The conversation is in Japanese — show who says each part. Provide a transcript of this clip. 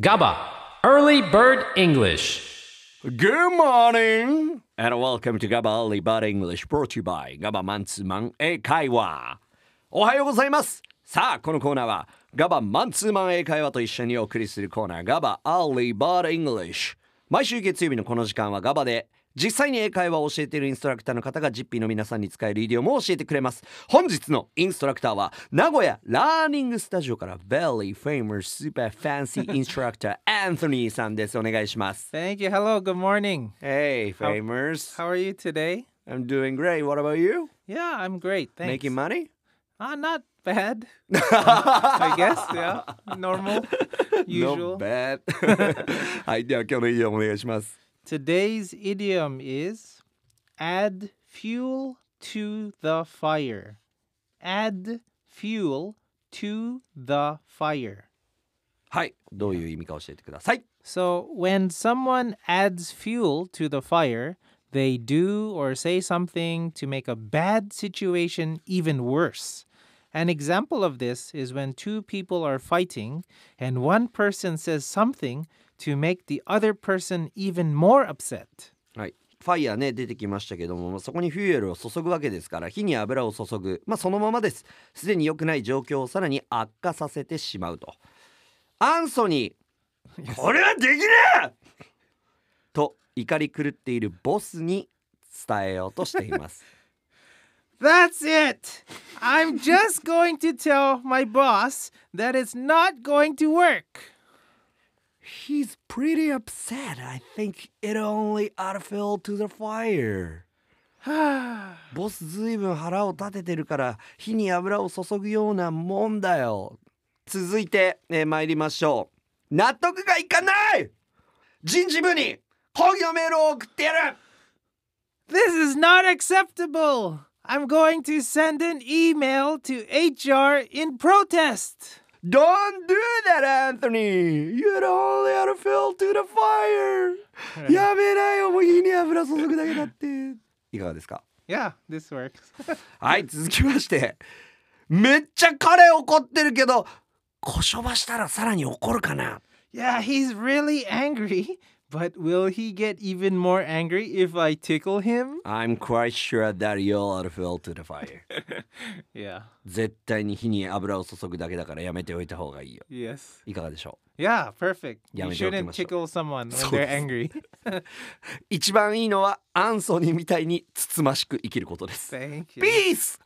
Speaker 1: GABA, Early Bird English.
Speaker 2: Good morning! And welcome to Gaba Early Bird English brought to you by ガバマンツーマン英会話おはようございますさあ、このコーナーはガバマンツーマン英会話と一緒にお送りするコーナー GABA Early Bird English 毎週月曜日のこの時間は GABA で実際に英会話を教えているインストラクターの方がジッピーの皆さんに使えるイディオムを教えてくれます本日のインストラクターは名古屋ラーニングスタジオから Very famous super fancy instructor Anthony さんですお願いします
Speaker 3: Thank you. Hello. Good morning.
Speaker 2: Hey, famers.
Speaker 3: How are you today?
Speaker 2: I'm doing great. What about you?
Speaker 3: Yeah, I'm great. Thanks.
Speaker 2: Making money?
Speaker 3: Ah, not bad. I guess. Yeah. Normal.
Speaker 2: No
Speaker 3: Usual.
Speaker 2: bad. はい、では今日のイディオムお願いします。
Speaker 3: Today's idiom is add fuel to the fire. Add fuel to the fire.
Speaker 2: はい、どういう意味か教えてください。
Speaker 3: So, when someone adds fuel to the fire, they do or say something to make a bad situation even worse. An example of this is when two people are fighting and one person says something to make the other person even more upset.
Speaker 2: はい。ファイヤーね出てきましたけどもまあそこにフューエルを注ぐわけですから火に油を注ぐまあそのままですすでに良くない状況をさらに悪化させてしまうとアンソニ ーこれはできねえと怒り狂っているボスに伝えようとしています
Speaker 3: That's it! I'm just going to tell my boss that it's not going to work.
Speaker 2: He's pretty upset. I think it only artificial to the fire. ボスずいぶん腹を立ててるから火に油を注ぐようなもんだよ。続いて、えー参りましょう。納得がいかない人事部に抗議のメールを送ってやる
Speaker 3: This is not acceptable. I'm going to send an email to HR in protest.
Speaker 2: Don't do that, Anthony! You're only artificial to the fire! やめなよ、もう火に油注ぐだけだって。いかがですか
Speaker 3: Yeah, this works.
Speaker 2: はい続きましてめっちゃ彼怒ってるけどこしょばしたらさらに怒るかな
Speaker 3: yeah, he's really angry, but will he get even more angry if I tickle him?
Speaker 2: I'm quite sure that you'll all fell to the fire
Speaker 3: Yeah.
Speaker 2: 絶対に火に油を注ぐだけだからやめておいた方がいいよ
Speaker 3: Yes.
Speaker 2: いかがでしょ
Speaker 3: Yeah, perfect.
Speaker 2: Yeah,
Speaker 3: you
Speaker 2: we do
Speaker 3: shouldn't
Speaker 2: okay,
Speaker 3: tickle someone
Speaker 2: So-
Speaker 3: when they're angry.
Speaker 2: う一番いいのはアンソニーみたいにつつましく生きることです
Speaker 3: Thank
Speaker 2: ピ
Speaker 3: you.
Speaker 2: ース